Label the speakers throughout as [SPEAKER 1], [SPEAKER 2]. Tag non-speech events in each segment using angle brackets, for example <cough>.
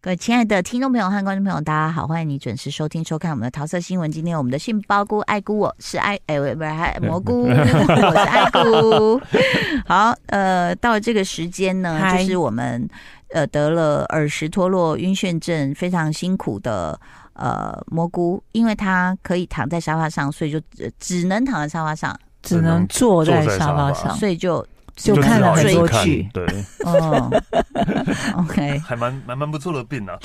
[SPEAKER 1] 各位亲爱的听众朋友和观众朋友，大家好，欢迎你准时收听收看我们的桃色新闻。今天我们的杏鲍菇爱菇，我是爱哎，不不是
[SPEAKER 2] 嗯
[SPEAKER 1] 蘑菇， <laughs> 我是爱菇。好，呃，到这个时间呢，
[SPEAKER 2] 嗨
[SPEAKER 1] 就是我们呃得了耳石脱落晕眩症，非常辛苦的。呃，蘑菇，因为它可以躺在沙发上，所以就呃只能躺在沙发上，
[SPEAKER 2] 只能坐在
[SPEAKER 3] 坐在
[SPEAKER 2] 沙发
[SPEAKER 3] 沙
[SPEAKER 2] 上
[SPEAKER 3] 发。
[SPEAKER 1] 所以就
[SPEAKER 2] 哦就
[SPEAKER 3] 就
[SPEAKER 2] 看
[SPEAKER 3] 只
[SPEAKER 2] 了
[SPEAKER 3] 好一
[SPEAKER 2] 很
[SPEAKER 3] 直
[SPEAKER 2] 多
[SPEAKER 3] 看
[SPEAKER 2] 剧哎
[SPEAKER 3] 对，
[SPEAKER 1] 哦嗯 <laughs> ，OK，
[SPEAKER 2] <laughs>
[SPEAKER 3] 还蛮蛮蛮不错的病啊。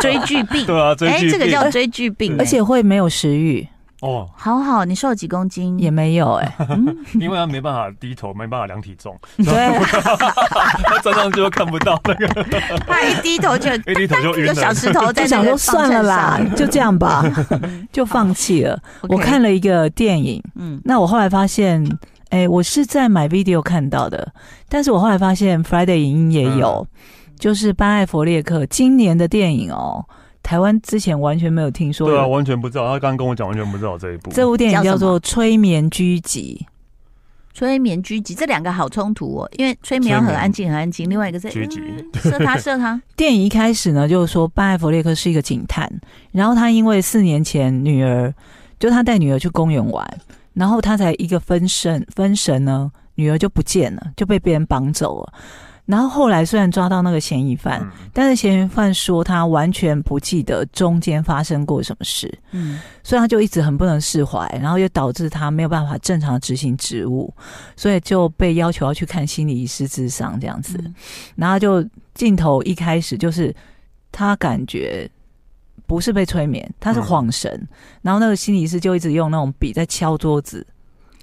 [SPEAKER 1] 追剧病，
[SPEAKER 3] 对啊，追
[SPEAKER 1] 哎，
[SPEAKER 3] 剧
[SPEAKER 1] 这个
[SPEAKER 3] 病
[SPEAKER 1] 叫追剧病、
[SPEAKER 2] 而且会没有食欲，
[SPEAKER 3] 哦，
[SPEAKER 1] 好好，你瘦了几公斤？
[SPEAKER 2] 也没有哎、
[SPEAKER 3] 因为他没办法低头，没办法量体重，
[SPEAKER 2] <laughs> 对，啊
[SPEAKER 3] 他站上去就看不到那个，
[SPEAKER 1] 他一低头
[SPEAKER 2] <laughs>
[SPEAKER 1] 就
[SPEAKER 3] 一低头就晕
[SPEAKER 1] 有小
[SPEAKER 3] 了。
[SPEAKER 1] 石头在
[SPEAKER 2] 就
[SPEAKER 1] 那
[SPEAKER 2] 想
[SPEAKER 1] 个
[SPEAKER 2] 说
[SPEAKER 1] 方
[SPEAKER 2] 算了
[SPEAKER 1] 向
[SPEAKER 2] 啦
[SPEAKER 1] 上。，
[SPEAKER 2] 就这样吧， <laughs> 就放弃 <laughs> 了。我
[SPEAKER 1] OK，
[SPEAKER 2] 看了一个电影，
[SPEAKER 1] 嗯，
[SPEAKER 2] 那我后来发现，哎、我是在买 video 看到的，但是我后来发现 Friday 影音也有，就是班艾佛列克今年的电影哦，台湾之前完全没有听说
[SPEAKER 3] 对啊，
[SPEAKER 2] 有。
[SPEAKER 3] 完全不知道。他刚刚跟我讲，完全不知道这一部。嗯
[SPEAKER 2] 这部电影
[SPEAKER 1] 叫
[SPEAKER 2] 叫
[SPEAKER 1] 什
[SPEAKER 2] 做《催眠狙击
[SPEAKER 1] 催眠狙击这两个好冲突哦，因为催眠要很安静很安静，另外一个在
[SPEAKER 3] 狙击
[SPEAKER 1] 嗯射他射
[SPEAKER 2] <laughs>
[SPEAKER 1] 他，》。
[SPEAKER 2] 电影一开始呢，就是说班艾佛列克是一个警探，然后他因为四年前女儿，就他带女儿去公园玩，然后他才一个分身分神呢，女儿就不见了，就被别人绑走了。然后后来虽然抓到那个嫌疑犯，
[SPEAKER 3] 嗯
[SPEAKER 2] 但是嫌疑犯说他完全不记得中间发生过什么事，
[SPEAKER 1] 嗯，
[SPEAKER 2] 所以他就一直很不能释怀，然后又导致他没有办法正常执行职务，所以就被要求要去看心理医师智商这样子。
[SPEAKER 1] 嗯
[SPEAKER 2] 然后就镜头一开始就是他感觉不是被催眠，他
[SPEAKER 1] 嗯
[SPEAKER 2] 是晃神，然后那个心理医师就一直用那种笔在敲桌子，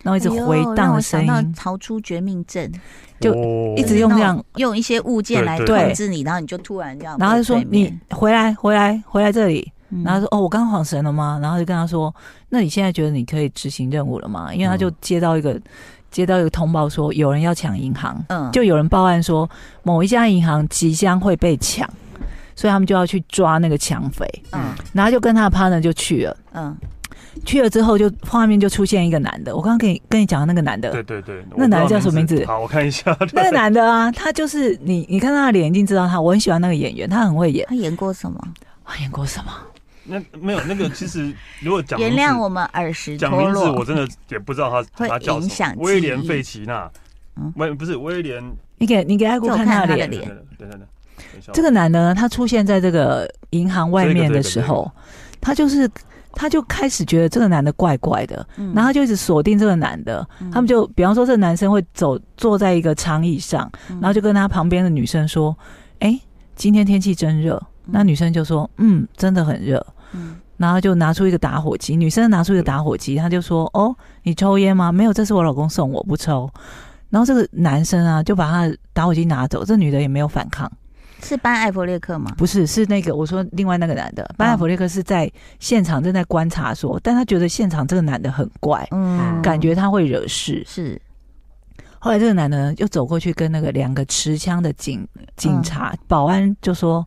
[SPEAKER 2] 然后一直回
[SPEAKER 1] 哎呦让
[SPEAKER 2] 荡
[SPEAKER 1] 我
[SPEAKER 2] 的声
[SPEAKER 1] 想
[SPEAKER 2] 音，
[SPEAKER 1] 到逃出绝命镇，
[SPEAKER 2] 就
[SPEAKER 3] 哦
[SPEAKER 2] 一直用这样
[SPEAKER 1] 用一些物件来
[SPEAKER 3] 对
[SPEAKER 2] 对
[SPEAKER 1] 控制你，然后你就突然这样被
[SPEAKER 2] 然后他就说
[SPEAKER 1] 催眠，
[SPEAKER 2] 你回来回来回来这里，
[SPEAKER 1] 嗯
[SPEAKER 2] 然后他说：“哦，我刚晃神了吗？”然后就跟他说：“那你现在觉得你可以执行任务了吗？”因为他
[SPEAKER 1] 嗯
[SPEAKER 2] 就接到一个、接到一个通报说有人要抢银行，
[SPEAKER 1] 嗯
[SPEAKER 2] 就有人报案说某一家银行即将会被抢，所以他们就要去抓那个抢匪。
[SPEAKER 1] 嗯
[SPEAKER 2] 然后就跟他的 partner 就去了，
[SPEAKER 1] 嗯，
[SPEAKER 2] 去了之后就画面就出现一个男的，我刚刚跟你跟你讲的那个男
[SPEAKER 3] 对
[SPEAKER 2] 的。
[SPEAKER 3] 对对，我
[SPEAKER 2] 那
[SPEAKER 3] 不知道
[SPEAKER 2] 男的叫什么名字
[SPEAKER 3] 好，我看一下。
[SPEAKER 2] 那个男的啊，他就是你，你看他的脸，一定知道他。我很喜欢那个演员，他很会演。
[SPEAKER 1] 他演过什么？
[SPEAKER 2] 他演过什么？
[SPEAKER 3] 那没有那个，其实如果讲名
[SPEAKER 1] 原
[SPEAKER 3] 字
[SPEAKER 1] 谅我们耳石
[SPEAKER 3] 讲
[SPEAKER 1] 脱
[SPEAKER 3] 名字，我
[SPEAKER 1] 落，
[SPEAKER 3] 真的也不知道他
[SPEAKER 1] 会
[SPEAKER 3] 他叫
[SPEAKER 1] 影
[SPEAKER 3] 什
[SPEAKER 1] 响
[SPEAKER 3] 么。威廉
[SPEAKER 1] 记忆
[SPEAKER 3] 费奇纳
[SPEAKER 1] 嗯，
[SPEAKER 3] 威不是威廉，
[SPEAKER 2] 你给你给爱姑
[SPEAKER 1] 这我
[SPEAKER 2] 看
[SPEAKER 1] 看
[SPEAKER 2] 他
[SPEAKER 1] 他
[SPEAKER 2] 的
[SPEAKER 1] 的
[SPEAKER 2] 脸
[SPEAKER 3] 等
[SPEAKER 1] 脸。
[SPEAKER 3] 等等等等一下，
[SPEAKER 2] 这个男的呢，他出现在这个银行外面的时候，他就是他就开始觉得这个男的怪怪的，
[SPEAKER 1] 嗯
[SPEAKER 2] 然后他就一直锁定这个男的。他们就比方说，这个男生会走坐在一个长椅上，
[SPEAKER 1] 嗯
[SPEAKER 2] 然后就跟他旁边的女生说：“哎，今天天气真热。”那女生就说：“嗯，真的很热。
[SPEAKER 1] 嗯”
[SPEAKER 2] 然后就拿出一个打火机，女生拿出一个打火机，他就说：“哦，你抽烟吗？没有，这是我老公送我，不抽。”然后这个男生啊，就把他的打火机拿走，这女的也没有反抗。
[SPEAKER 1] 是班艾弗列克吗？
[SPEAKER 2] 不是，是那个我说另外那个男的，班艾弗列克是在现场正在观察说，但他觉得现场这个男的很怪，
[SPEAKER 1] 嗯，
[SPEAKER 2] 感觉他会惹事。
[SPEAKER 1] 是
[SPEAKER 2] 后来这个男的呢又走过去跟那个两个持枪的警警察、保安就说：“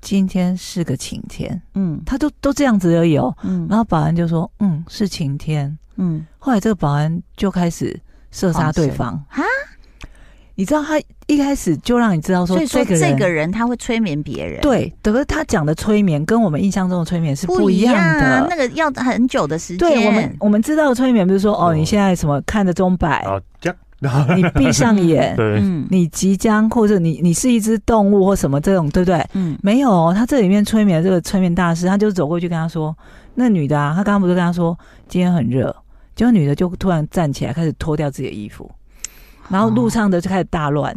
[SPEAKER 2] 今天是个晴天。”
[SPEAKER 1] 嗯
[SPEAKER 2] 他都都这样子而已哦。
[SPEAKER 1] 嗯
[SPEAKER 2] 然后保安就说：“嗯，是晴天。
[SPEAKER 1] 嗯。”
[SPEAKER 2] 后来这个保安就开始射杀对方
[SPEAKER 1] 神啊！
[SPEAKER 2] 你知道他一开始就让你知道说
[SPEAKER 1] 所以说
[SPEAKER 2] 个
[SPEAKER 1] 这
[SPEAKER 2] 人
[SPEAKER 1] 个人他会催眠别人，，
[SPEAKER 2] 对，可是他讲的催眠跟我们印象中的催眠是不
[SPEAKER 1] 一
[SPEAKER 2] 一样
[SPEAKER 1] 啊
[SPEAKER 2] 的。
[SPEAKER 1] 那个要很久的时间。
[SPEAKER 2] 对我们，我们知道的催眠，不是说哦，
[SPEAKER 3] 嗯
[SPEAKER 2] 你现在什么看着钟摆，
[SPEAKER 3] 啊，这样，然后
[SPEAKER 2] 你闭上
[SPEAKER 3] <laughs>
[SPEAKER 2] 眼，
[SPEAKER 3] 对，
[SPEAKER 1] 嗯
[SPEAKER 2] 你即将或者你你是一只动物或什么这种，对不对？
[SPEAKER 1] 嗯
[SPEAKER 2] 没有哦，他这里面催眠这个催眠大师，他就走过去跟他说，那女的啊，他刚刚不是跟他说今天很热，结果女的就突然站起来，开始脱掉自己的衣服，
[SPEAKER 1] 哦
[SPEAKER 2] 然后路上的就开始大乱，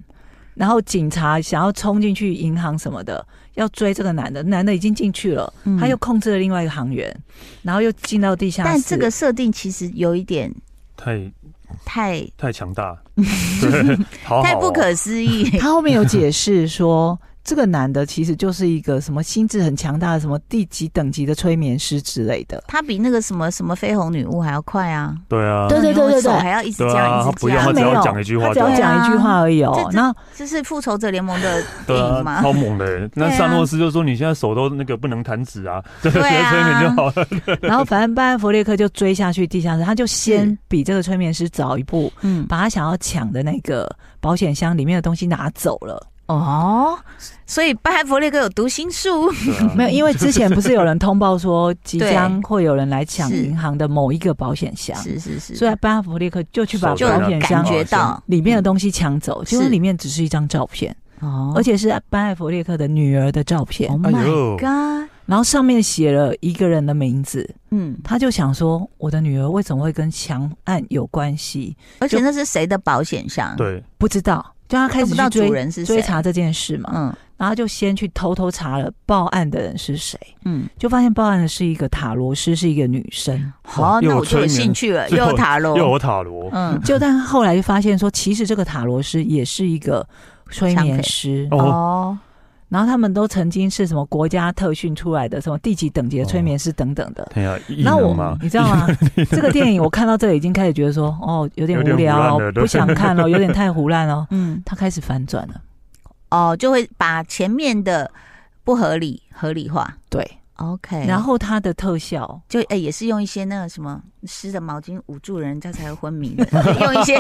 [SPEAKER 2] 然后警察想要冲进去银行什么的，要追这个男的，男的已经进去了，
[SPEAKER 1] 嗯
[SPEAKER 2] 他又控制了另外一个行员，然后又进到地下室。
[SPEAKER 1] 但这个设定其实有一点
[SPEAKER 3] 太
[SPEAKER 1] 太
[SPEAKER 3] 太
[SPEAKER 1] <laughs>
[SPEAKER 3] 强大了，对，好好哦
[SPEAKER 1] 太不可思议
[SPEAKER 2] <laughs> 他后面有解释说，这个男的其实就是一个什么心智很强大的什么第几等级的催眠师之类的。
[SPEAKER 1] 他比那个什么什么绯红女巫还要快啊！
[SPEAKER 3] 对啊，
[SPEAKER 2] 对对对对对
[SPEAKER 1] 手还要一直
[SPEAKER 3] 对
[SPEAKER 1] 这样
[SPEAKER 3] 啊，他
[SPEAKER 1] 一直
[SPEAKER 3] 不
[SPEAKER 1] 这
[SPEAKER 3] 用，他
[SPEAKER 1] 样
[SPEAKER 3] 只
[SPEAKER 2] 没，有
[SPEAKER 3] 要讲一句话
[SPEAKER 2] 他只
[SPEAKER 3] 就好
[SPEAKER 1] 对，
[SPEAKER 2] 要
[SPEAKER 1] 啊
[SPEAKER 2] 讲一句话而已哦、
[SPEAKER 1] 这这
[SPEAKER 2] 然后
[SPEAKER 1] 这是复仇者联盟的
[SPEAKER 3] 对
[SPEAKER 1] 电
[SPEAKER 3] 啊
[SPEAKER 1] 影，吗？
[SPEAKER 3] 超猛的欸。那
[SPEAKER 1] 对啊
[SPEAKER 3] 萨诺斯就说你现在手都那个不能弹
[SPEAKER 1] <laughs>
[SPEAKER 3] 指啊，对，直
[SPEAKER 1] 对
[SPEAKER 3] 接
[SPEAKER 1] 啊
[SPEAKER 3] 催眠就好了。
[SPEAKER 2] 然后反正班弗列克就追下去地下室，他就先比这个催眠师早一步，
[SPEAKER 1] 嗯，
[SPEAKER 2] 把他想要抢的那个保险箱里面的东西拿走了。
[SPEAKER 1] 哦，所以拜佛列克有读心术，
[SPEAKER 3] 对啊
[SPEAKER 2] 没有，因为之前不是有人通报说即
[SPEAKER 1] 对
[SPEAKER 2] 将会有人来抢
[SPEAKER 1] 是
[SPEAKER 2] 银行的某一个保险箱，
[SPEAKER 1] 是是是，
[SPEAKER 2] 所以班弗列克就去把
[SPEAKER 3] 手
[SPEAKER 1] 就
[SPEAKER 3] 在
[SPEAKER 2] 保
[SPEAKER 3] 那
[SPEAKER 2] 险
[SPEAKER 1] 感
[SPEAKER 2] 箱
[SPEAKER 1] 觉嗯到
[SPEAKER 2] 里面的东西抢走，结果
[SPEAKER 1] 是
[SPEAKER 2] 里面只是一张照片，
[SPEAKER 1] 哦
[SPEAKER 2] 而且是班艾弗列克的女儿的照片
[SPEAKER 1] Oh，
[SPEAKER 3] 哎
[SPEAKER 1] my
[SPEAKER 3] 呦
[SPEAKER 1] God，
[SPEAKER 2] 然后上面写了一个人的名字，
[SPEAKER 1] 嗯，
[SPEAKER 2] 他就想说，我的女儿为什么会跟强案有关系？
[SPEAKER 1] 而且那是谁的保险箱？，
[SPEAKER 3] 对，啊
[SPEAKER 2] 不知道，就他开
[SPEAKER 1] 不
[SPEAKER 2] 始
[SPEAKER 1] 知道
[SPEAKER 2] 去
[SPEAKER 1] 主
[SPEAKER 2] 追
[SPEAKER 1] 人是谁
[SPEAKER 2] 追。查这件事嘛，
[SPEAKER 1] 嗯
[SPEAKER 2] 然后就先去偷偷查了报案的人是谁，
[SPEAKER 1] 嗯，
[SPEAKER 2] 就发现报案的是一个塔罗师，是一个女生。
[SPEAKER 1] 好，
[SPEAKER 3] 又
[SPEAKER 1] 那
[SPEAKER 3] 有
[SPEAKER 1] 我就有
[SPEAKER 3] 催眠
[SPEAKER 1] 兴趣了，
[SPEAKER 3] 又
[SPEAKER 1] 又
[SPEAKER 3] 有
[SPEAKER 1] 有塔罗
[SPEAKER 3] 又，有塔罗
[SPEAKER 1] 嗯，
[SPEAKER 2] 就但后来就发现说，其实这个塔罗师也是一个催
[SPEAKER 1] 抢匪
[SPEAKER 2] 眠师，
[SPEAKER 3] 哦，
[SPEAKER 1] 哦，
[SPEAKER 2] 然后他们都曾经是什么国家特训出来的，什么第几等级的催眠师等等的。
[SPEAKER 3] 哎呀，异
[SPEAKER 2] 然后
[SPEAKER 3] 能
[SPEAKER 2] 我
[SPEAKER 3] 哦吗，？
[SPEAKER 2] 你知道吗？这个电影我看到这里已经开始觉得说，哦，有点
[SPEAKER 3] 有点
[SPEAKER 2] 无
[SPEAKER 3] 胡
[SPEAKER 2] 聊
[SPEAKER 3] 乱了，对
[SPEAKER 2] 不想看了，有点太胡乱了。
[SPEAKER 1] 嗯，
[SPEAKER 2] 他开始反转了，
[SPEAKER 1] 哦，就会把前面的不合理合理化。
[SPEAKER 2] 对。
[SPEAKER 3] 哎
[SPEAKER 1] OK，
[SPEAKER 2] 然后他的
[SPEAKER 3] <laughs>
[SPEAKER 2] 特效，
[SPEAKER 1] 就哎、也是用一些那个什么湿的毛巾捂住人，他才会昏迷的， <laughs> 用一些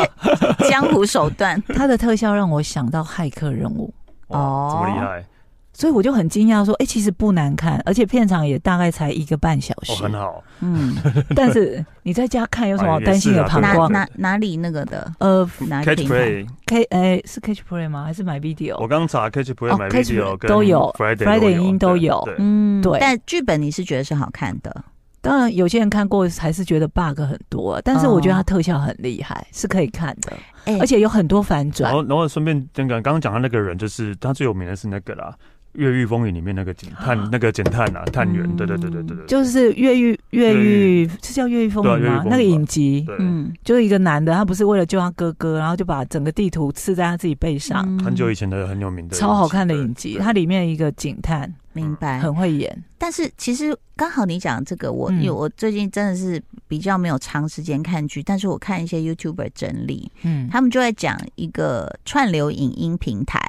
[SPEAKER 1] 江湖手段。
[SPEAKER 2] 他的特效让我想到骇客任务，
[SPEAKER 3] <laughs>
[SPEAKER 1] 哦
[SPEAKER 3] 哇，这么厉害，
[SPEAKER 2] 所以我就很惊讶说，哎，其实不难看，而且片长也大概才一个半小
[SPEAKER 3] 哦，
[SPEAKER 2] 时。
[SPEAKER 3] 很好， <laughs>
[SPEAKER 1] 嗯，
[SPEAKER 2] 但是你在家看有什么
[SPEAKER 3] 哎
[SPEAKER 2] 好
[SPEAKER 3] 也是啊
[SPEAKER 2] 担心的膀
[SPEAKER 3] 对
[SPEAKER 1] 哪
[SPEAKER 2] 胱？
[SPEAKER 1] 哪哪里那个的？
[SPEAKER 2] 呃
[SPEAKER 1] 哪里
[SPEAKER 3] Catch
[SPEAKER 1] 平台？
[SPEAKER 3] Play，
[SPEAKER 2] ，K 哎是 Catch Play 吗？还是买 Video？
[SPEAKER 3] 我刚查 Catch Play
[SPEAKER 2] 哦
[SPEAKER 3] 买
[SPEAKER 2] Catch
[SPEAKER 3] video
[SPEAKER 2] Play
[SPEAKER 3] 跟
[SPEAKER 2] 都有
[SPEAKER 3] Friday
[SPEAKER 2] Friday
[SPEAKER 3] 对
[SPEAKER 2] 音都有
[SPEAKER 3] 对，
[SPEAKER 1] 嗯
[SPEAKER 2] 对
[SPEAKER 1] 但剧本你是觉得是好看的，
[SPEAKER 2] 当然，有些人看过还是觉得 bug 很多啊，但是我觉得它特效很厉害，是可以看的，
[SPEAKER 1] 哦哎、
[SPEAKER 2] 而且有很多反
[SPEAKER 3] 然
[SPEAKER 2] 转。
[SPEAKER 3] 后然后顺便那个刚刚讲的那个人，就是他最有名的是那个啦，《越狱风云》里面那个警探，那个检探啊，探员，对对对对对对，
[SPEAKER 2] 嗯就是越狱，越狱是叫越狱风云
[SPEAKER 3] 对啊越狱
[SPEAKER 2] 吗
[SPEAKER 3] 风？云
[SPEAKER 2] 那个影集
[SPEAKER 3] 对，
[SPEAKER 1] 嗯，
[SPEAKER 2] 就是一个男的，他不是为了救他哥哥，然后就把整个地图刺在他自己背上，
[SPEAKER 1] 嗯
[SPEAKER 3] 很久以前的很有名的，
[SPEAKER 2] 超好看的影集。它里面一个警探
[SPEAKER 1] 明白。
[SPEAKER 2] 很会演，
[SPEAKER 1] 但是其实刚好你讲这个，我
[SPEAKER 2] 嗯
[SPEAKER 1] 因为我最近真的是比较没有长时间看剧，但是我看一些 YouTuber 整理，
[SPEAKER 2] 嗯，
[SPEAKER 1] 他们就在讲一个串流影音平台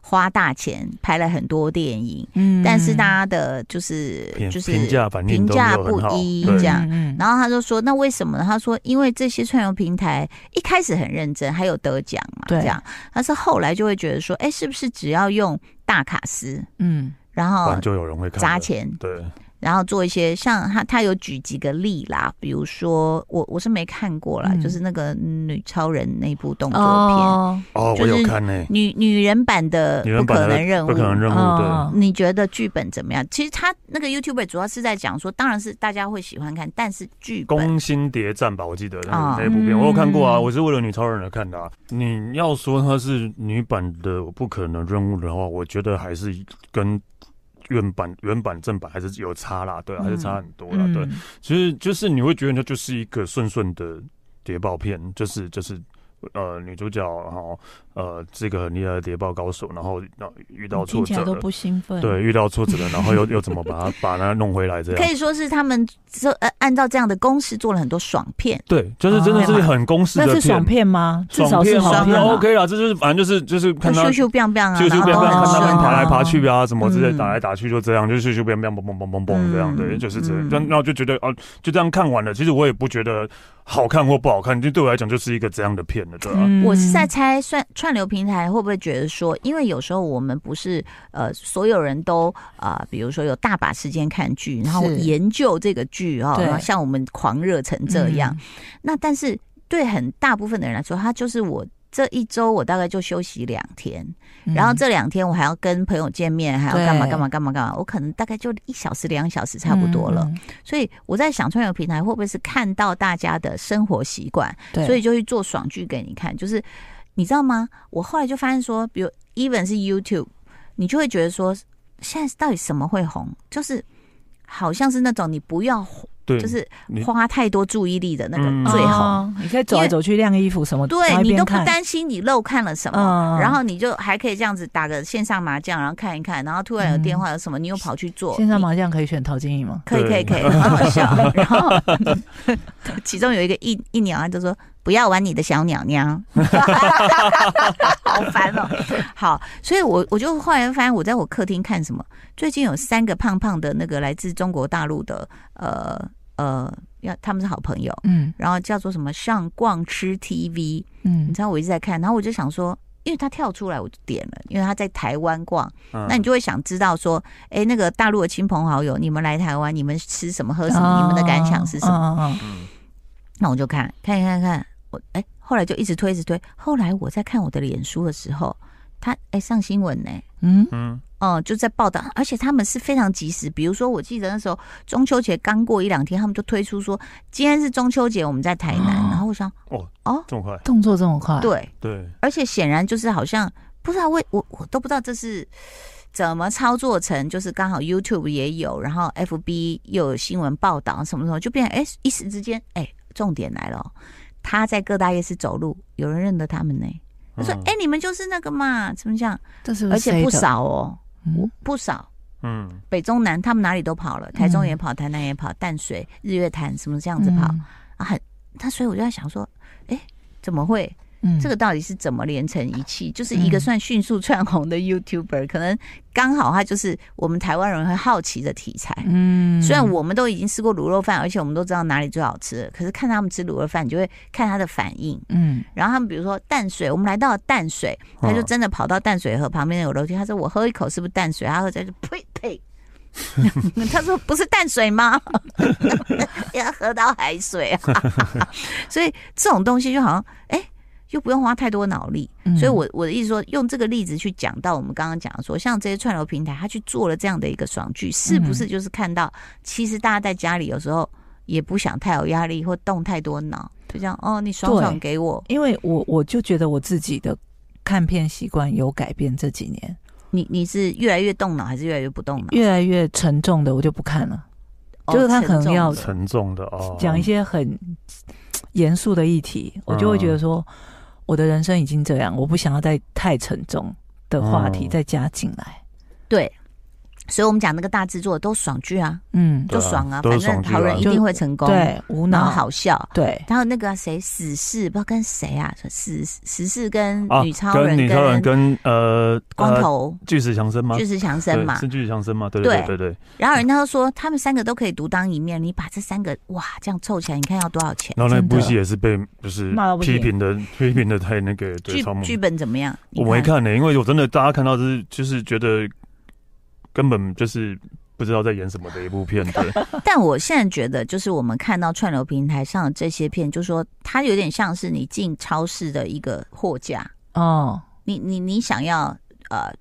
[SPEAKER 1] 花大钱拍了很多电影，
[SPEAKER 2] 嗯
[SPEAKER 1] 但是大家的就是
[SPEAKER 3] 评
[SPEAKER 1] 就是
[SPEAKER 3] 评价反应
[SPEAKER 1] 评
[SPEAKER 3] 都
[SPEAKER 1] 价
[SPEAKER 3] 没有
[SPEAKER 1] 不
[SPEAKER 3] 很好，
[SPEAKER 1] 一
[SPEAKER 3] 对
[SPEAKER 1] 这样。
[SPEAKER 2] 嗯
[SPEAKER 1] 然后他就说：“那为什么呢？”他说：“因为这些串流平台一开始很认真，还有得奖嘛，
[SPEAKER 2] 对
[SPEAKER 1] 这样。但是后来就会觉得说，哎，是不是只要用大卡司，
[SPEAKER 2] 嗯
[SPEAKER 1] 然
[SPEAKER 3] 不
[SPEAKER 1] 后
[SPEAKER 3] 然就有人会看
[SPEAKER 1] 砸
[SPEAKER 3] 了，
[SPEAKER 1] 钱，
[SPEAKER 3] 对，
[SPEAKER 1] 然后做一些像他他有举几个例啦，比如说我我是没看过啦，
[SPEAKER 2] 嗯
[SPEAKER 1] 就是那个女超人那部动作片，
[SPEAKER 2] 哦，
[SPEAKER 3] 哦，
[SPEAKER 1] 就
[SPEAKER 3] 我
[SPEAKER 1] 是
[SPEAKER 3] 有看呢，
[SPEAKER 1] 女女人版的
[SPEAKER 3] 女
[SPEAKER 1] 不
[SPEAKER 3] 人版
[SPEAKER 1] 可
[SPEAKER 3] 的
[SPEAKER 1] 能任务，
[SPEAKER 3] 不可能任务，对，
[SPEAKER 2] 哦
[SPEAKER 1] 你觉得剧本怎么样？其实他那个 YouTuber 主要是在讲说，当然是大家会喜欢看，但是剧本
[SPEAKER 3] 攻心谍战吧，我记得
[SPEAKER 1] 啊
[SPEAKER 3] 那那一部片，我有看过啊，
[SPEAKER 2] 嗯
[SPEAKER 3] 我是为了女超人而看的啊。你要说它是女版的不可能任务的话，我觉得还是跟原版原版正版还是有差啦，对啊，
[SPEAKER 1] 嗯
[SPEAKER 3] 还是差很多啦，
[SPEAKER 2] 嗯
[SPEAKER 3] 对。其实就是你会觉得它就是一个顺顺的谍报片，就是就是。呃，女主角然后呃是个很厉害的谍报高手，然后然后遇到挫
[SPEAKER 2] 听起
[SPEAKER 3] 折
[SPEAKER 2] 来都
[SPEAKER 3] 了，
[SPEAKER 2] 不兴奋，
[SPEAKER 3] 对，遇到挫折了，然后又又怎么把它把它弄回来这样
[SPEAKER 1] 可？以说是他们这呃按照这样的公式做了很多爽片。
[SPEAKER 3] 对，就是真的是
[SPEAKER 2] 哦
[SPEAKER 3] 很公式的
[SPEAKER 2] 那
[SPEAKER 3] 片，
[SPEAKER 2] 是爽片吗？至
[SPEAKER 3] 爽
[SPEAKER 2] 少是
[SPEAKER 3] 片嘛
[SPEAKER 2] 爽片啊
[SPEAKER 3] 那
[SPEAKER 2] 嘛
[SPEAKER 3] OK 啦，这就是反正就是就是看他
[SPEAKER 1] 咻咻 biang biang 啊，
[SPEAKER 3] 咻咻
[SPEAKER 1] 然后
[SPEAKER 3] 变变，看他
[SPEAKER 2] 到
[SPEAKER 3] 们
[SPEAKER 2] 哦
[SPEAKER 3] 爬来爬去啊，什么之类
[SPEAKER 1] 嗯
[SPEAKER 3] 打来打去就这样，就咻咻变变嘣嘣嘣嘣嘣这样，对，
[SPEAKER 1] 嗯
[SPEAKER 3] 就是这
[SPEAKER 1] 嗯
[SPEAKER 3] 样。然后就觉得啊，就这样看完了。其实我也不觉得好看或不好看，就对我来讲就是一个这样的片了，对啊。
[SPEAKER 2] 嗯
[SPEAKER 1] 我是在猜，算串流平台会不会觉得说，因为有时候我们不是呃，所有人都呃，比如说有大把时间看剧，然后
[SPEAKER 2] 是
[SPEAKER 1] 研究这个剧哦，
[SPEAKER 2] 对嗯
[SPEAKER 1] 然后像我们狂热成这样，，那但是对很大部分的人来说，它就是我这一周我大概就休息两天，
[SPEAKER 2] 嗯
[SPEAKER 1] 然后这两天我还要跟朋友见面，还要干嘛
[SPEAKER 2] 对
[SPEAKER 1] 干嘛干嘛干嘛，我可能大概就一小时两小时差不多了。
[SPEAKER 2] 嗯，嗯
[SPEAKER 1] 所以我在想，创友平台会不会是看到大家的生活习惯，
[SPEAKER 2] 嗯对，
[SPEAKER 1] 所以就去做爽剧给你看？就是你知道吗？我后来就发现说，比如 even 是 YouTube，你就会觉得说，现在到底什么会红？就是好像是那种你不要
[SPEAKER 3] 对，
[SPEAKER 1] 就是
[SPEAKER 3] 嗯你
[SPEAKER 1] 花太多注意力的那个
[SPEAKER 3] 嗯
[SPEAKER 1] 最红。
[SPEAKER 2] 哦，你可以走来走去晾衣服什么，
[SPEAKER 1] 对你都不
[SPEAKER 2] 带，
[SPEAKER 1] 担心你漏看了什么，
[SPEAKER 2] 嗯
[SPEAKER 1] 然后你就还可以这样子打个线上麻将，然后看一看，然后突然有电话有什么，你又跑去做
[SPEAKER 2] 嗯线上
[SPEAKER 1] 你
[SPEAKER 2] 麻将可以选陶晶莹吗？
[SPEAKER 1] 可以可以
[SPEAKER 3] 对
[SPEAKER 1] 可以， <laughs> 很好笑。然后 <laughs> 其中有一个一一鸟，啊他就说不要玩你的小鸟鸟， <laughs> 好烦哦。好，所以我我就后来发现我在我客厅看什么，最近有三个胖胖的那个来自中国大陆的呃呃，要他们是好朋友，
[SPEAKER 2] 嗯
[SPEAKER 1] 然后叫做什么上逛吃 TV，你
[SPEAKER 2] 嗯，
[SPEAKER 1] 知道我一直在看，然后我就想说。因为他跳出来，我就点了，因为他在台湾逛，
[SPEAKER 3] 嗯
[SPEAKER 1] 那你就会想知道说，哎、那个大陆的亲朋好友，你们来台湾，你们吃什么喝什么，你们的感想是什么？
[SPEAKER 2] 么？嗯
[SPEAKER 3] 哦嗯
[SPEAKER 1] 那我就看看一看看，我哎、后来就一直推一直推。后来我在看我的脸书的时候，他哎、上新闻呢、
[SPEAKER 2] 嗯嗯
[SPEAKER 3] 嗯
[SPEAKER 1] 哦、就在报道，而且他们是非常及时。比如说，我记得那时候中秋节刚过一两天，他们就推出说今天是中秋节，我们在台南。然后我想，
[SPEAKER 3] 哦
[SPEAKER 1] 哦，
[SPEAKER 3] 这么快，
[SPEAKER 2] 动作这么快，，
[SPEAKER 1] 对，
[SPEAKER 3] 对，
[SPEAKER 1] 而且显然就是好像不知道为我我都不知道这是怎么操作成，就是刚好 YouTube 也有，然后 FB 又有新闻报道什么什么，就变成哎、一时之间哎、重点来了哦，他在各大夜市走路，有人认得他们呢、他说
[SPEAKER 3] 嗯：“
[SPEAKER 1] 哎、你们就是那个嘛，怎么讲？
[SPEAKER 2] 这是
[SPEAKER 1] 而且不
[SPEAKER 2] 少，
[SPEAKER 1] 少哦，
[SPEAKER 2] 嗯
[SPEAKER 1] 不少。
[SPEAKER 3] 嗯
[SPEAKER 1] 北中南他们哪里都跑了，台中也
[SPEAKER 2] 嗯
[SPEAKER 1] 跑，台南也跑，淡水、日月潭什么这样子跑、啊。很他，所以我就在想说，哎、怎么会？
[SPEAKER 2] 嗯
[SPEAKER 1] 这个到底是怎么连成一气？就是一个
[SPEAKER 2] 嗯
[SPEAKER 1] 算迅速窜红的 YouTuber，、可能刚好他就是我们台湾人会好奇的题材。
[SPEAKER 2] 嗯
[SPEAKER 1] 虽然我们都已经吃过卤肉饭，而且我们都知道哪里最好吃了，可是看他们吃卤肉饭，你就会看他的反应。
[SPEAKER 2] 嗯
[SPEAKER 1] 然后他们比如说淡水，我们来到了淡水，
[SPEAKER 2] 啊
[SPEAKER 1] 他就真的跑到淡水河旁边有楼梯，他说哎我喝一口是不是淡水？他喝起来就呸呸。 <laughs> 他说：“不是淡水吗？ <laughs> 要喝到海水啊！ <laughs> 所以这种东西就好像，哎、又不用花太多脑力。
[SPEAKER 2] 嗯
[SPEAKER 1] 所以我我的意思说，用这个例子去讲到我们刚刚讲的说，像这些串流平台，他去做了这样的一个爽
[SPEAKER 2] 嗯
[SPEAKER 1] 剧，是不是就是看到，其实大家在家里有时候也不想太有压力或动太多脑，就这样哦，你爽爽
[SPEAKER 2] 对
[SPEAKER 1] 给我，
[SPEAKER 2] 因为我我就觉得我自己的看片习惯有改变这几年，
[SPEAKER 1] 你你是越来越动脑还是越来越不动脑？
[SPEAKER 2] 越来越沉重的我就不看了，
[SPEAKER 1] 哦
[SPEAKER 2] 就是他可能
[SPEAKER 1] 沉重
[SPEAKER 2] 要
[SPEAKER 3] 沉重的哦，
[SPEAKER 2] 讲一些很严肃的议题，我就会觉得说，
[SPEAKER 3] 嗯
[SPEAKER 2] 我的人生已经这样，我不想要再太沉重的话题
[SPEAKER 3] 嗯
[SPEAKER 2] 再加进来。
[SPEAKER 1] 对，所以我们讲那个大制作都爽剧啊，
[SPEAKER 2] 嗯，
[SPEAKER 3] 对
[SPEAKER 1] 就
[SPEAKER 3] 啊
[SPEAKER 1] 爽啊，
[SPEAKER 3] 都
[SPEAKER 1] 反
[SPEAKER 3] 是
[SPEAKER 1] 正
[SPEAKER 3] 爽剧啊
[SPEAKER 1] 好人一定会成功，，
[SPEAKER 2] 对，无
[SPEAKER 1] 然后
[SPEAKER 2] 脑，
[SPEAKER 1] 好笑。
[SPEAKER 2] 对，
[SPEAKER 1] 还有那个啊谁死侍，不知道跟谁啊，说死死侍跟
[SPEAKER 3] 啊
[SPEAKER 1] 女超
[SPEAKER 3] 跟
[SPEAKER 1] 人
[SPEAKER 3] 女超人跟呃
[SPEAKER 1] 光
[SPEAKER 3] 呃
[SPEAKER 1] 头
[SPEAKER 3] 巨石强森吗？
[SPEAKER 1] 巨石强森
[SPEAKER 3] 对，
[SPEAKER 1] 嘛
[SPEAKER 3] 是，巨石强森吗？对
[SPEAKER 1] 对
[SPEAKER 3] 对对对。
[SPEAKER 1] 然后人家都说他们三个都可以独当一面，你把这三个哇这样凑起来，你看要多少钱？
[SPEAKER 3] 然后那
[SPEAKER 2] 真的
[SPEAKER 3] 部戏也是被就是
[SPEAKER 2] 骂到不行
[SPEAKER 3] 批评的，批评的太那个，对，
[SPEAKER 1] 剧
[SPEAKER 3] 超猛
[SPEAKER 1] 剧本怎么样？你
[SPEAKER 3] 我没，看欸呢、因为我真的大家看到是就是觉得根本就是不知道在演什么的一部片，
[SPEAKER 1] <laughs>
[SPEAKER 3] 对，
[SPEAKER 1] 但我现在觉得，就是我们看到串流平台上的这些片，就说它有点像是你进超市的一个货架，
[SPEAKER 2] 哦，
[SPEAKER 1] 你你你想要呃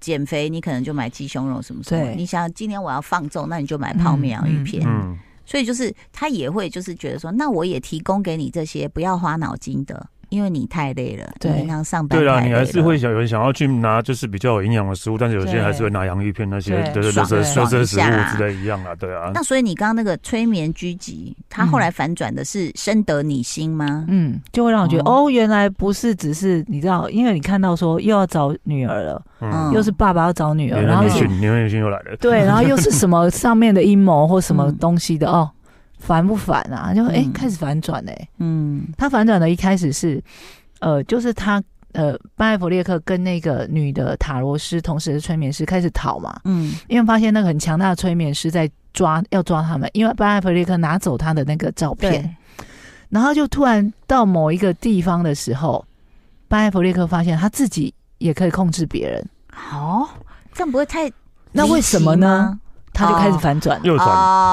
[SPEAKER 1] 减肥，你可能就买鸡胸肉什么什么；
[SPEAKER 2] 对
[SPEAKER 1] 你想要今天我要放纵，那你就买泡面、洋芋片。
[SPEAKER 3] 嗯，
[SPEAKER 1] 所以就是他也会就是觉得说，那我也提供给你这些不要花脑筋的，因为你太累了，
[SPEAKER 2] 对
[SPEAKER 1] 你平常上班
[SPEAKER 3] 对啦，
[SPEAKER 1] 太
[SPEAKER 3] 你
[SPEAKER 1] 累
[SPEAKER 3] 还是
[SPEAKER 1] 了
[SPEAKER 3] 会想有人想要去拿就是比较有营养的食物，但是有些人
[SPEAKER 2] 对
[SPEAKER 3] 还是会拿洋芋片那些，
[SPEAKER 2] 对
[SPEAKER 3] 对对对，
[SPEAKER 1] 爽
[SPEAKER 3] 是
[SPEAKER 2] 爽
[SPEAKER 3] 是
[SPEAKER 1] 一
[SPEAKER 3] 食
[SPEAKER 1] 下啊
[SPEAKER 3] 物之类一样啊，对啊，
[SPEAKER 1] 那所以你刚刚那个催眠狙击，他后来反转的是深得你心吗？
[SPEAKER 2] 嗯，就会让我觉得，
[SPEAKER 1] 哦
[SPEAKER 2] 哦，原来不是只是你知道，因为你看到说又要找女儿了，
[SPEAKER 1] 嗯
[SPEAKER 2] 又是爸爸要找女儿，
[SPEAKER 3] 连
[SPEAKER 2] 然
[SPEAKER 3] 任
[SPEAKER 2] 后
[SPEAKER 3] 女
[SPEAKER 2] 是
[SPEAKER 3] 训，连任女训又来了，
[SPEAKER 2] 对，然后又是什么上面的阴谋或什么
[SPEAKER 1] 嗯
[SPEAKER 2] 东西
[SPEAKER 1] <laughs>
[SPEAKER 2] 的哦，烦不烦啊？就哎、
[SPEAKER 1] 嗯
[SPEAKER 2] 开始反转哎、
[SPEAKER 1] 嗯
[SPEAKER 2] 他反转的一开始是，呃，就是他呃，班艾弗列克跟那个女的塔罗师，同时是催眠师开始讨嘛，
[SPEAKER 1] 嗯
[SPEAKER 2] 因为发现那个很强大的催眠师在抓要抓他们，因为班艾弗列克拿走他的那个照片，
[SPEAKER 1] 对，
[SPEAKER 2] 然后就突然到某一个地方的时候，班艾弗列克发现他自己也可以控制别人，
[SPEAKER 1] 好、这样不会太
[SPEAKER 2] 那为什么呢
[SPEAKER 1] 离奇吗？
[SPEAKER 2] 他就开始反转了。
[SPEAKER 3] 又转，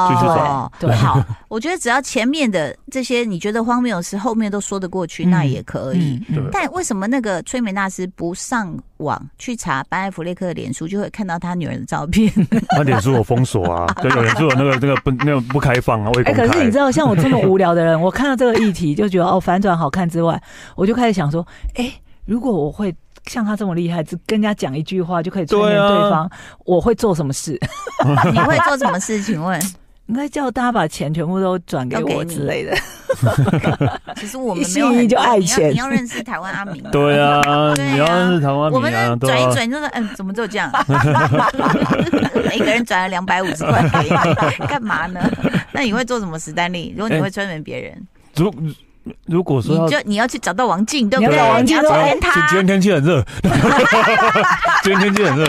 [SPEAKER 3] 继续
[SPEAKER 1] 哦
[SPEAKER 3] 转，
[SPEAKER 2] 对对
[SPEAKER 1] 好，我觉得只要前面的这些你觉得荒谬的事，后面都说得过去，那
[SPEAKER 2] 嗯
[SPEAKER 1] 也可以。
[SPEAKER 2] 嗯，嗯
[SPEAKER 3] 对
[SPEAKER 1] 但为什么那个催眠大师不上网去查班艾弗列克的脸书，就会看到他女儿的照片？
[SPEAKER 3] <laughs>
[SPEAKER 1] <laughs>
[SPEAKER 3] 那脸书有封锁啊，对，有脸书有那个那个不那个不开放啊，未
[SPEAKER 2] 哎、
[SPEAKER 3] 公
[SPEAKER 2] 可是你知
[SPEAKER 3] 开。
[SPEAKER 2] 道，像我这么无聊的人，我看到这个议题就觉得哦，反转好看之外，我就开始想说，哎、如果我会像他这么厉害，只跟人家讲一句话就可以催眠
[SPEAKER 3] 对啊
[SPEAKER 2] 对方，我会做什么事？ <laughs>
[SPEAKER 1] 你会做什么事？请问，
[SPEAKER 2] 应该叫大家把钱全部都转给
[SPEAKER 1] 都给
[SPEAKER 2] 我
[SPEAKER 1] 你
[SPEAKER 2] 之类的。
[SPEAKER 1] 其实我们
[SPEAKER 2] 一
[SPEAKER 1] 没有
[SPEAKER 2] 心一
[SPEAKER 1] 很
[SPEAKER 2] 意就
[SPEAKER 1] 多
[SPEAKER 2] 爱
[SPEAKER 1] 你要
[SPEAKER 2] 钱
[SPEAKER 1] 你要认识台湾阿明，
[SPEAKER 3] 对啊，
[SPEAKER 1] 对啊
[SPEAKER 3] 你要认识台湾
[SPEAKER 1] 我
[SPEAKER 3] 米
[SPEAKER 1] 们
[SPEAKER 3] 啊，
[SPEAKER 1] 呢
[SPEAKER 3] 对
[SPEAKER 1] 转一
[SPEAKER 3] 啊，
[SPEAKER 1] 转就说，嗯，怎么就这样？ <laughs> 每个人转了两百五十块给你，干嘛呢？那你会做什么，史丹利？如果你会催眠别人，
[SPEAKER 3] 如如果
[SPEAKER 1] 你
[SPEAKER 3] 哎说要
[SPEAKER 1] 就你要去找到王静，对不
[SPEAKER 2] 你
[SPEAKER 1] 对？
[SPEAKER 2] 要找王静
[SPEAKER 1] 你要
[SPEAKER 2] 对
[SPEAKER 1] 催
[SPEAKER 2] 啊
[SPEAKER 1] 眠 <laughs>
[SPEAKER 3] 今今
[SPEAKER 1] 他
[SPEAKER 3] 天，天气很热，今天天气很热，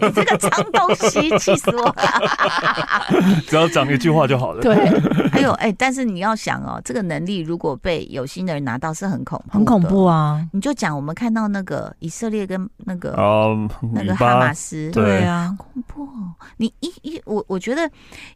[SPEAKER 1] 你这个脏东西，气死我 <laughs> 了！
[SPEAKER 3] 只要讲一句话就好了。
[SPEAKER 2] 对，
[SPEAKER 1] 哎呦，哎，但是你要想哦，这个能力如果被有心的人拿到，是很恐怖，
[SPEAKER 2] 很恐。怖啊。
[SPEAKER 1] 你就讲我们看到那个以色列跟那个、
[SPEAKER 3] 嗯，
[SPEAKER 1] 那
[SPEAKER 3] 尾
[SPEAKER 1] 个哈
[SPEAKER 3] 巴
[SPEAKER 1] 马，斯，
[SPEAKER 3] 对
[SPEAKER 2] 啊，
[SPEAKER 1] 恐怖哦！你一一我我觉得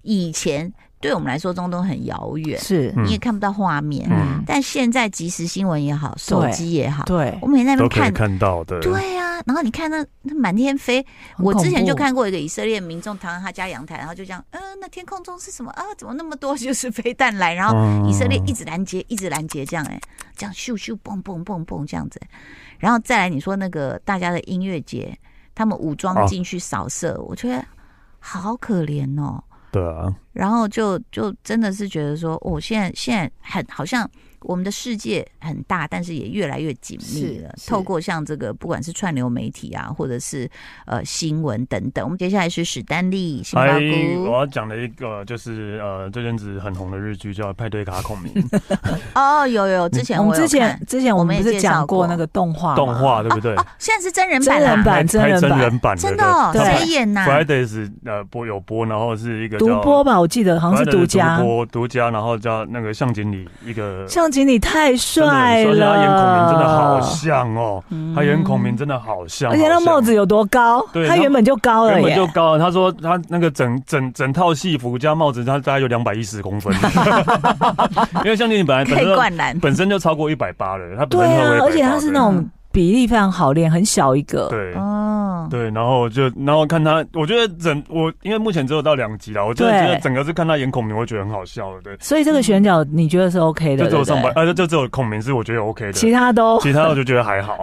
[SPEAKER 1] 以前对我们来说中东很遥远，
[SPEAKER 2] 是，
[SPEAKER 3] 嗯
[SPEAKER 1] 你也看不到画面，
[SPEAKER 2] 嗯，
[SPEAKER 1] 但现在即时新闻也好，手
[SPEAKER 2] 对
[SPEAKER 1] 机也好，
[SPEAKER 2] 对
[SPEAKER 1] 我，每天在那
[SPEAKER 3] 都
[SPEAKER 1] 边
[SPEAKER 3] 可以
[SPEAKER 1] 看。
[SPEAKER 3] 看到的。
[SPEAKER 1] 对啊，然后你看那那满天飞，
[SPEAKER 2] 很
[SPEAKER 1] 我之前就
[SPEAKER 2] 恐怖
[SPEAKER 1] 看过一个以色列民众躺在他家阳台，然后就这样，嗯、那天空中是什么啊？怎么那么多就是飞弹来？然后
[SPEAKER 3] 嗯，
[SPEAKER 1] 以色列一直拦截，一直拦截，这样哎、这样咻咻蹦蹦蹦蹦这样子、然后再来你说那个大家的音乐节，他们武装
[SPEAKER 3] 哦
[SPEAKER 1] 进去扫射，我觉得好可怜哦。
[SPEAKER 3] 对啊，
[SPEAKER 1] 然后就就真的是觉得说，哦，现在现在很好像我们的世界很大，但是也越来越紧密了。
[SPEAKER 2] 是是
[SPEAKER 1] 透过像这个不管是串流媒体啊，或者是呃新闻等等，我们接下来是史丹利、杏鲍
[SPEAKER 3] 还哎我
[SPEAKER 1] 菇
[SPEAKER 3] 要讲的一个就是呃，这阵子很红的日剧叫《派对卡孔明》
[SPEAKER 1] <laughs> 哦，有有，之前
[SPEAKER 2] 我
[SPEAKER 1] 我
[SPEAKER 2] 们
[SPEAKER 1] 有
[SPEAKER 2] 之前
[SPEAKER 1] 看
[SPEAKER 2] 之前我
[SPEAKER 1] 我们也
[SPEAKER 2] 们不是
[SPEAKER 1] 介绍
[SPEAKER 2] 讲
[SPEAKER 1] 过
[SPEAKER 2] 过那个动画吗
[SPEAKER 3] 动画，对不对
[SPEAKER 1] 哦？哦，现在是真人版
[SPEAKER 2] 真人
[SPEAKER 1] 啊
[SPEAKER 2] 版
[SPEAKER 3] 拍拍真人版
[SPEAKER 1] 真的哦，
[SPEAKER 2] 对
[SPEAKER 1] 谁演呐、
[SPEAKER 3] Fridays 呃播有播，然后是一个
[SPEAKER 2] 独
[SPEAKER 3] 叫
[SPEAKER 2] 播吧，我记得好像是
[SPEAKER 3] Fridays
[SPEAKER 2] 独家
[SPEAKER 3] 独。播独家，然后叫那个向经理一个
[SPEAKER 2] 向经理太
[SPEAKER 3] 真的
[SPEAKER 2] 帅
[SPEAKER 3] 说起来
[SPEAKER 2] 了，
[SPEAKER 3] 他演孔明真的好像哦，
[SPEAKER 1] 嗯
[SPEAKER 3] 他演孔明真的好像，
[SPEAKER 2] 而且
[SPEAKER 3] 好
[SPEAKER 2] 那
[SPEAKER 3] 像
[SPEAKER 2] 帽子有多高？
[SPEAKER 3] 对
[SPEAKER 2] 他
[SPEAKER 3] 他
[SPEAKER 2] 原本就高了
[SPEAKER 3] 原本
[SPEAKER 2] 耶
[SPEAKER 3] 就。高了，他说他那个整整整套戏服加帽子，他大概有两百一十
[SPEAKER 2] <laughs>
[SPEAKER 3] 公分，因为向经理本来本
[SPEAKER 1] 可以
[SPEAKER 3] 身
[SPEAKER 1] 灌篮，
[SPEAKER 3] 本身就超过一百八了，他本
[SPEAKER 2] 对
[SPEAKER 3] 身超
[SPEAKER 2] 啊，
[SPEAKER 3] 过
[SPEAKER 2] 而且他
[SPEAKER 3] 180
[SPEAKER 2] 是那种比例非常好练，很小一个。
[SPEAKER 3] 对。
[SPEAKER 1] 哦，
[SPEAKER 3] 对，然后就然后看他，我觉得整我因为目前只有到两集了，我真的
[SPEAKER 2] 对
[SPEAKER 3] 觉得整个是看他演孔明，我觉得很好笑的，对，
[SPEAKER 2] 所以这个选角你觉得是 OK 的？
[SPEAKER 3] 就只有上
[SPEAKER 2] 对
[SPEAKER 3] 班
[SPEAKER 2] 不，对
[SPEAKER 3] 呃，就只有孔明是我觉得 OK 的，
[SPEAKER 2] 其他都
[SPEAKER 3] <laughs> 其他我就觉得还
[SPEAKER 2] <laughs>
[SPEAKER 3] 好。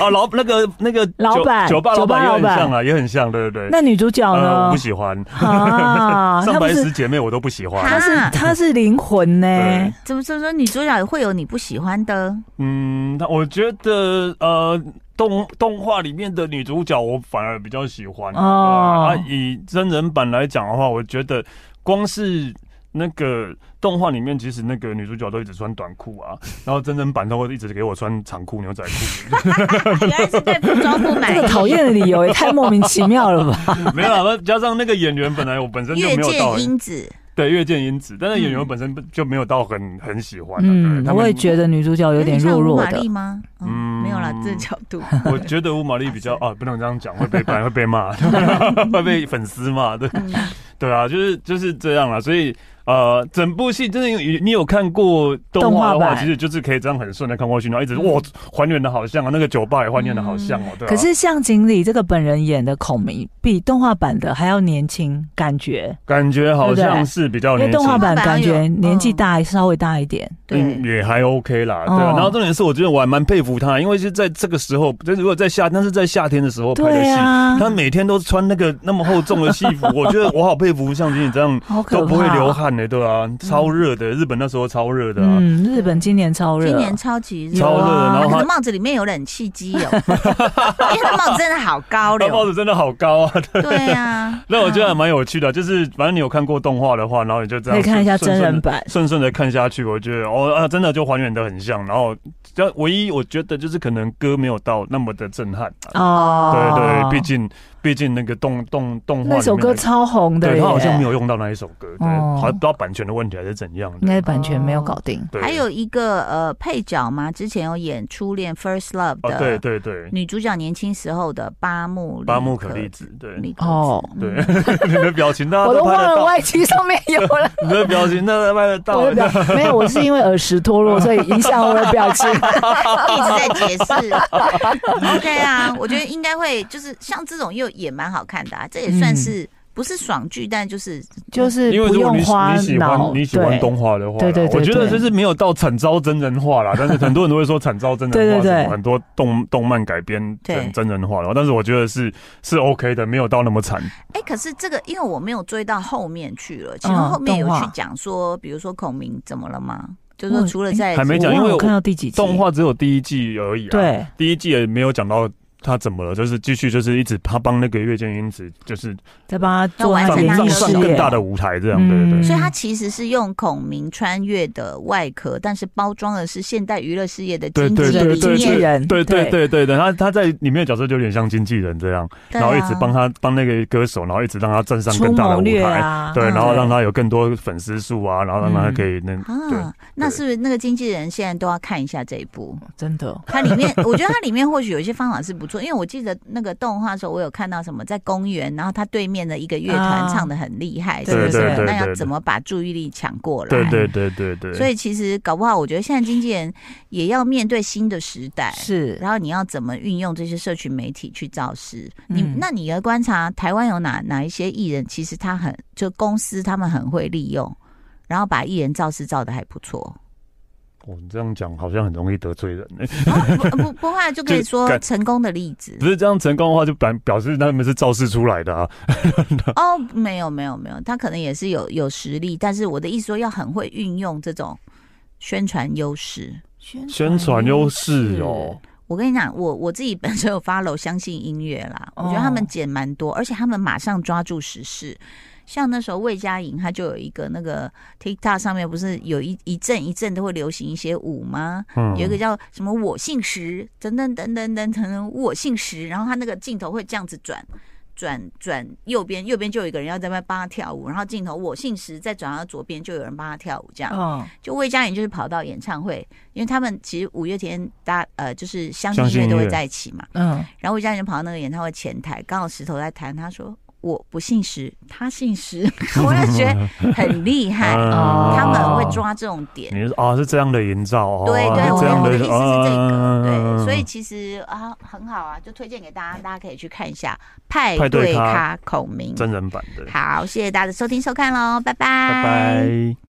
[SPEAKER 3] 哦，老那个那个
[SPEAKER 2] 老
[SPEAKER 3] 酒
[SPEAKER 2] 板
[SPEAKER 3] 酒吧
[SPEAKER 2] 酒
[SPEAKER 3] 老
[SPEAKER 2] 吧
[SPEAKER 3] 板也很
[SPEAKER 2] 老板
[SPEAKER 3] 像啊，也很像，对对对。
[SPEAKER 2] 那女主角
[SPEAKER 3] 呃，我
[SPEAKER 2] 呢
[SPEAKER 3] 不？喜欢 <laughs>
[SPEAKER 2] 啊，
[SPEAKER 3] 上
[SPEAKER 2] 她不
[SPEAKER 3] 白
[SPEAKER 2] 是
[SPEAKER 3] 石姐妹，呃我都不喜欢。
[SPEAKER 2] 她
[SPEAKER 1] 啊
[SPEAKER 2] 是她是灵魂呢
[SPEAKER 3] 对。
[SPEAKER 1] 怎么怎么说女主角会有你不喜欢
[SPEAKER 3] <laughs>
[SPEAKER 1] 的？
[SPEAKER 3] 嗯，那我觉得呃，动动画里面的女主角我反而比较喜欢
[SPEAKER 2] 哦
[SPEAKER 3] 啊。以真人版来讲的话，我觉得光是。那个动画里面，其实那个女主角都一直穿短裤
[SPEAKER 2] <laughs>
[SPEAKER 3] 啊，然后真人版都会一直给我穿长裤、牛仔裤。
[SPEAKER 1] 原来是对服装不满
[SPEAKER 2] 这
[SPEAKER 1] 意
[SPEAKER 2] 个， <laughs> 讨厌的理由也太莫名其妙了吧？
[SPEAKER 3] 没有啊，加上那个演员本来我本身就
[SPEAKER 1] 越
[SPEAKER 3] 没有到
[SPEAKER 1] 见英子，
[SPEAKER 3] <laughs> 对越见因子，但是演员
[SPEAKER 1] 嗯
[SPEAKER 3] 本身不就没有到很很喜欢、啊。
[SPEAKER 2] 嗯
[SPEAKER 3] <laughs> 嗯，，他们
[SPEAKER 2] 我也觉得女主角有点
[SPEAKER 1] 像
[SPEAKER 2] 弱
[SPEAKER 1] 吴
[SPEAKER 2] 弱
[SPEAKER 1] 玛
[SPEAKER 2] 的
[SPEAKER 1] 丽。吗？嗯，
[SPEAKER 3] 嗯
[SPEAKER 1] 没有啦，这角
[SPEAKER 2] <laughs>
[SPEAKER 1] 度。
[SPEAKER 3] <laughs> 我觉得乌玛丽比较啊，不能这样讲，会被反会被骂，
[SPEAKER 2] <laughs>
[SPEAKER 3] 会被粉丝骂，对
[SPEAKER 1] 嗯
[SPEAKER 3] 对啊，就是就是这样啦。所以呃，整部戏真的有你有看过动画的
[SPEAKER 2] 动画
[SPEAKER 3] 话，
[SPEAKER 2] 版
[SPEAKER 3] 其实就是可以这样很顺的看过去，然后一直哇还原的好像啊，那个酒吧也还原的好像哦、对啊。
[SPEAKER 2] 嗯可是向经理这个本人演的孔明，比动画版的还要年轻，感觉，
[SPEAKER 3] 感觉好
[SPEAKER 2] 对不对
[SPEAKER 3] 像是比较
[SPEAKER 2] 因为
[SPEAKER 3] 年
[SPEAKER 2] 动
[SPEAKER 3] 轻
[SPEAKER 2] 画。版
[SPEAKER 1] 动画版
[SPEAKER 2] 感
[SPEAKER 1] 有
[SPEAKER 2] 觉年纪
[SPEAKER 1] 嗯
[SPEAKER 2] 大，稍微大一点。
[SPEAKER 3] 嗯，
[SPEAKER 1] 对，
[SPEAKER 3] 也还 OK 啦，对、啊
[SPEAKER 2] 哦
[SPEAKER 3] 然后重点是，我觉得我还蛮佩服他，因为是在这个时候，就是如果在夏，但是在夏天的时候拍的
[SPEAKER 2] 对
[SPEAKER 3] 戏，
[SPEAKER 2] 啊，
[SPEAKER 3] 他每天都穿那个那么厚重的戏
[SPEAKER 2] <laughs>
[SPEAKER 3] 服，我觉得我好佩服像经理这样
[SPEAKER 2] 好可怕，
[SPEAKER 3] 都不会流汗的、对啊？超热的，日本那时候超热的、啊。
[SPEAKER 2] 嗯，日本今年超热，
[SPEAKER 1] 今年超级热，
[SPEAKER 3] 超热
[SPEAKER 2] 然后
[SPEAKER 1] 那
[SPEAKER 3] 它
[SPEAKER 1] 可能帽子里面有冷气机哦， <laughs> 因为它帽子真的好高
[SPEAKER 3] <laughs> 那帽
[SPEAKER 1] 了。
[SPEAKER 3] 子真的好高啊！
[SPEAKER 1] 对啊，
[SPEAKER 3] <laughs> 那我觉得还蛮有趣的，啊就是反正你有看过动画的话，然后你就这
[SPEAKER 2] 可
[SPEAKER 3] 样
[SPEAKER 2] 以看一下
[SPEAKER 3] 顺
[SPEAKER 2] 真人，版。
[SPEAKER 3] 顺顺顺顺的看下去，我觉得哦啊，真的就还原的很像。然后，但唯一我觉得就是可能歌没有到那么的震撼啊、
[SPEAKER 2] 哦，
[SPEAKER 3] 对对，毕竟毕竟那个动动动画
[SPEAKER 2] 那首
[SPEAKER 3] 里面
[SPEAKER 2] 歌
[SPEAKER 3] 的
[SPEAKER 2] 超红的
[SPEAKER 3] 对对
[SPEAKER 2] 对
[SPEAKER 3] 他好像没有用到那一首歌，对，
[SPEAKER 2] 哦
[SPEAKER 3] 好像不知道版权的问题还是怎样
[SPEAKER 2] 应该
[SPEAKER 3] 的。
[SPEAKER 2] 版权没有搞定。
[SPEAKER 3] 对，
[SPEAKER 1] 还有一个呃配角嘛，之前有演《初恋 First Love》
[SPEAKER 3] 哦，对
[SPEAKER 1] 的
[SPEAKER 3] 对对，
[SPEAKER 1] 女主角年轻时候的八木
[SPEAKER 3] 巴木可
[SPEAKER 1] 莉
[SPEAKER 3] 粒子，对
[SPEAKER 1] 莉
[SPEAKER 2] 哦
[SPEAKER 3] 对， <laughs> 你的表情大家
[SPEAKER 2] 我
[SPEAKER 3] 都
[SPEAKER 2] 都
[SPEAKER 3] 拍
[SPEAKER 2] 忘
[SPEAKER 3] 得
[SPEAKER 2] 了
[SPEAKER 3] 到，
[SPEAKER 2] 外机上面有了，
[SPEAKER 3] 你的表情大家都拍得
[SPEAKER 2] 我
[SPEAKER 3] 到
[SPEAKER 2] 的。表没有，我是因为耳石脱落，所以影响我的表情。
[SPEAKER 1] 嗯一直在解释。OK 啊，我觉得应该会就是像这种又也蛮好看的、啊，这也
[SPEAKER 2] 嗯
[SPEAKER 1] 算是不是爽剧，但就是
[SPEAKER 2] 就是
[SPEAKER 3] 因为
[SPEAKER 2] 不
[SPEAKER 3] 如果你
[SPEAKER 2] 用
[SPEAKER 3] 喜
[SPEAKER 2] 花
[SPEAKER 3] 你喜
[SPEAKER 2] 脑
[SPEAKER 3] 欢，你喜欢
[SPEAKER 2] 对
[SPEAKER 3] 动画的话啦，
[SPEAKER 2] 对对对
[SPEAKER 3] 我觉得
[SPEAKER 2] 对
[SPEAKER 3] 就是没有到惨遭真人化啦，但是很多人都会说惨遭真人化，
[SPEAKER 2] 对对对
[SPEAKER 3] 什么很多动动漫改编
[SPEAKER 1] 对
[SPEAKER 3] 真真人化了，但是我觉得是是 OK 的，没有到那么惨。
[SPEAKER 1] 哎、可是这个因为我没有追到后面去了，其实
[SPEAKER 2] 嗯
[SPEAKER 1] 后面有
[SPEAKER 2] 动画
[SPEAKER 1] 去讲说，比如说孔明怎么了吗？就是说
[SPEAKER 2] 嗯
[SPEAKER 1] 除了
[SPEAKER 2] 哎
[SPEAKER 1] 在
[SPEAKER 3] 还没讲
[SPEAKER 2] 我忘
[SPEAKER 3] 因为
[SPEAKER 2] 了
[SPEAKER 3] 我
[SPEAKER 2] 看到第几集
[SPEAKER 3] 动画只有第一季而已、啊，，
[SPEAKER 2] 对
[SPEAKER 3] 第一季也没有讲到。他怎么了？就是继续，就是一直他帮那个月见英子，就是
[SPEAKER 2] 再帮他
[SPEAKER 1] 要
[SPEAKER 2] 做
[SPEAKER 1] 完
[SPEAKER 2] 完
[SPEAKER 1] 成
[SPEAKER 2] 整
[SPEAKER 1] 他
[SPEAKER 3] 上
[SPEAKER 1] 的
[SPEAKER 3] 上
[SPEAKER 1] 事
[SPEAKER 3] 更
[SPEAKER 1] 业
[SPEAKER 3] 大的舞台，这样、
[SPEAKER 2] 嗯
[SPEAKER 3] 对对
[SPEAKER 1] 所以它其实是用孔明穿越的外壳，但是包装的是现代娱乐事业的经
[SPEAKER 3] 对
[SPEAKER 1] 济
[SPEAKER 3] 对对
[SPEAKER 1] 理
[SPEAKER 3] 对
[SPEAKER 2] 经纪
[SPEAKER 1] 念。
[SPEAKER 2] 人，
[SPEAKER 3] 对对对对对对。他他在里面的角色就有点像经纪人这样，
[SPEAKER 1] 对
[SPEAKER 3] 然后一
[SPEAKER 1] 啊
[SPEAKER 3] 直帮他帮那个歌手，然后一直让他站上
[SPEAKER 2] 出
[SPEAKER 3] 更大的
[SPEAKER 2] 谋
[SPEAKER 3] 舞
[SPEAKER 2] 略
[SPEAKER 3] 台，
[SPEAKER 2] 啊，
[SPEAKER 3] 对，
[SPEAKER 1] 嗯
[SPEAKER 3] 然后让他有更多粉丝数啊，然后让他可以能、对
[SPEAKER 1] 啊，那是不是那个经纪人现在都要看一下这一部？
[SPEAKER 2] 真的
[SPEAKER 1] 它里面，我觉得它里面或许有一些方法是不错，因为我记得那个动画的时候，我有看到什么在公园，然后他对面的一个乐团
[SPEAKER 2] 啊
[SPEAKER 1] 唱的很厉害，
[SPEAKER 2] 对
[SPEAKER 1] 是不是
[SPEAKER 2] 对对对
[SPEAKER 1] 那要
[SPEAKER 3] 对
[SPEAKER 1] 怎么把注意力抢过来？
[SPEAKER 3] 对对对对对，
[SPEAKER 1] 所以其实搞不好，我觉得现在经纪人也要面对新的时代，
[SPEAKER 2] 是
[SPEAKER 1] 然后你要怎么运用这些社群媒体去造势？你
[SPEAKER 2] 嗯
[SPEAKER 1] 那你的观察，台湾有哪哪一些艺人，其实他很就公司他们很会利用，然后把艺人造势造的还不
[SPEAKER 3] <laughs>
[SPEAKER 1] 错。
[SPEAKER 3] 我这样讲好像很容易得罪人、 <laughs> 欸，
[SPEAKER 1] 啊、不不不话就可以
[SPEAKER 3] 就
[SPEAKER 1] 说
[SPEAKER 3] 感
[SPEAKER 1] 成功的例子
[SPEAKER 3] 不是这样成功的话就表表示他们是造势出来的啊，
[SPEAKER 1] 哦，没有没有没有，他可能也是有有实力，但是我的意思说要很会运用这种宣传优势。
[SPEAKER 3] 宣传优势哦，，
[SPEAKER 1] 我跟你讲，我我自己本身有 follow 相信音乐啦，我
[SPEAKER 2] 哦
[SPEAKER 1] 觉得他们剪蛮多，而且他们马上抓住时事。像那时候魏佳莹，她就有一个那个 TikTok 上面不是有一一阵一阵都会流行一些舞吗？
[SPEAKER 3] 嗯，
[SPEAKER 1] 有一个叫什么“我姓石”等等等等等等，我姓石，然后他那个镜头会这样子转。转转右边，右边就有一个人要在那边帮他跳舞，然后镜头我姓石，再转到左边就有人帮他跳舞，这样。
[SPEAKER 2] 嗯，
[SPEAKER 1] 就魏佳莹就是跑到演唱会，因为他们其实五月天大呃就是相信
[SPEAKER 3] 相
[SPEAKER 1] 音
[SPEAKER 3] 信
[SPEAKER 1] 乐都
[SPEAKER 3] 音
[SPEAKER 1] 会
[SPEAKER 3] 乐
[SPEAKER 1] 在一起嘛，
[SPEAKER 2] 嗯，
[SPEAKER 1] 然后魏佳莹就跑到那个演唱会前台，刚好石头在弹，他说我不姓石，他姓石， <laughs> 我就觉
[SPEAKER 3] <laughs>
[SPEAKER 1] 得很厉害，
[SPEAKER 3] 啊
[SPEAKER 2] 哦
[SPEAKER 1] 他们会抓这种点。
[SPEAKER 3] 嗯你是啊是这样的营造哦，
[SPEAKER 1] 对对，
[SPEAKER 3] 是
[SPEAKER 1] 我
[SPEAKER 3] 这样
[SPEAKER 1] 我的意思是这个，对，
[SPEAKER 3] 嗯
[SPEAKER 1] 所以其实啊很好啊，就推荐给大家，大家可以去看一下派
[SPEAKER 3] 派对
[SPEAKER 1] 对
[SPEAKER 3] 咖
[SPEAKER 1] 咖孔明。
[SPEAKER 3] 真人版的，
[SPEAKER 1] 好，谢谢大家的收听收看喽，拜拜，
[SPEAKER 3] 拜拜。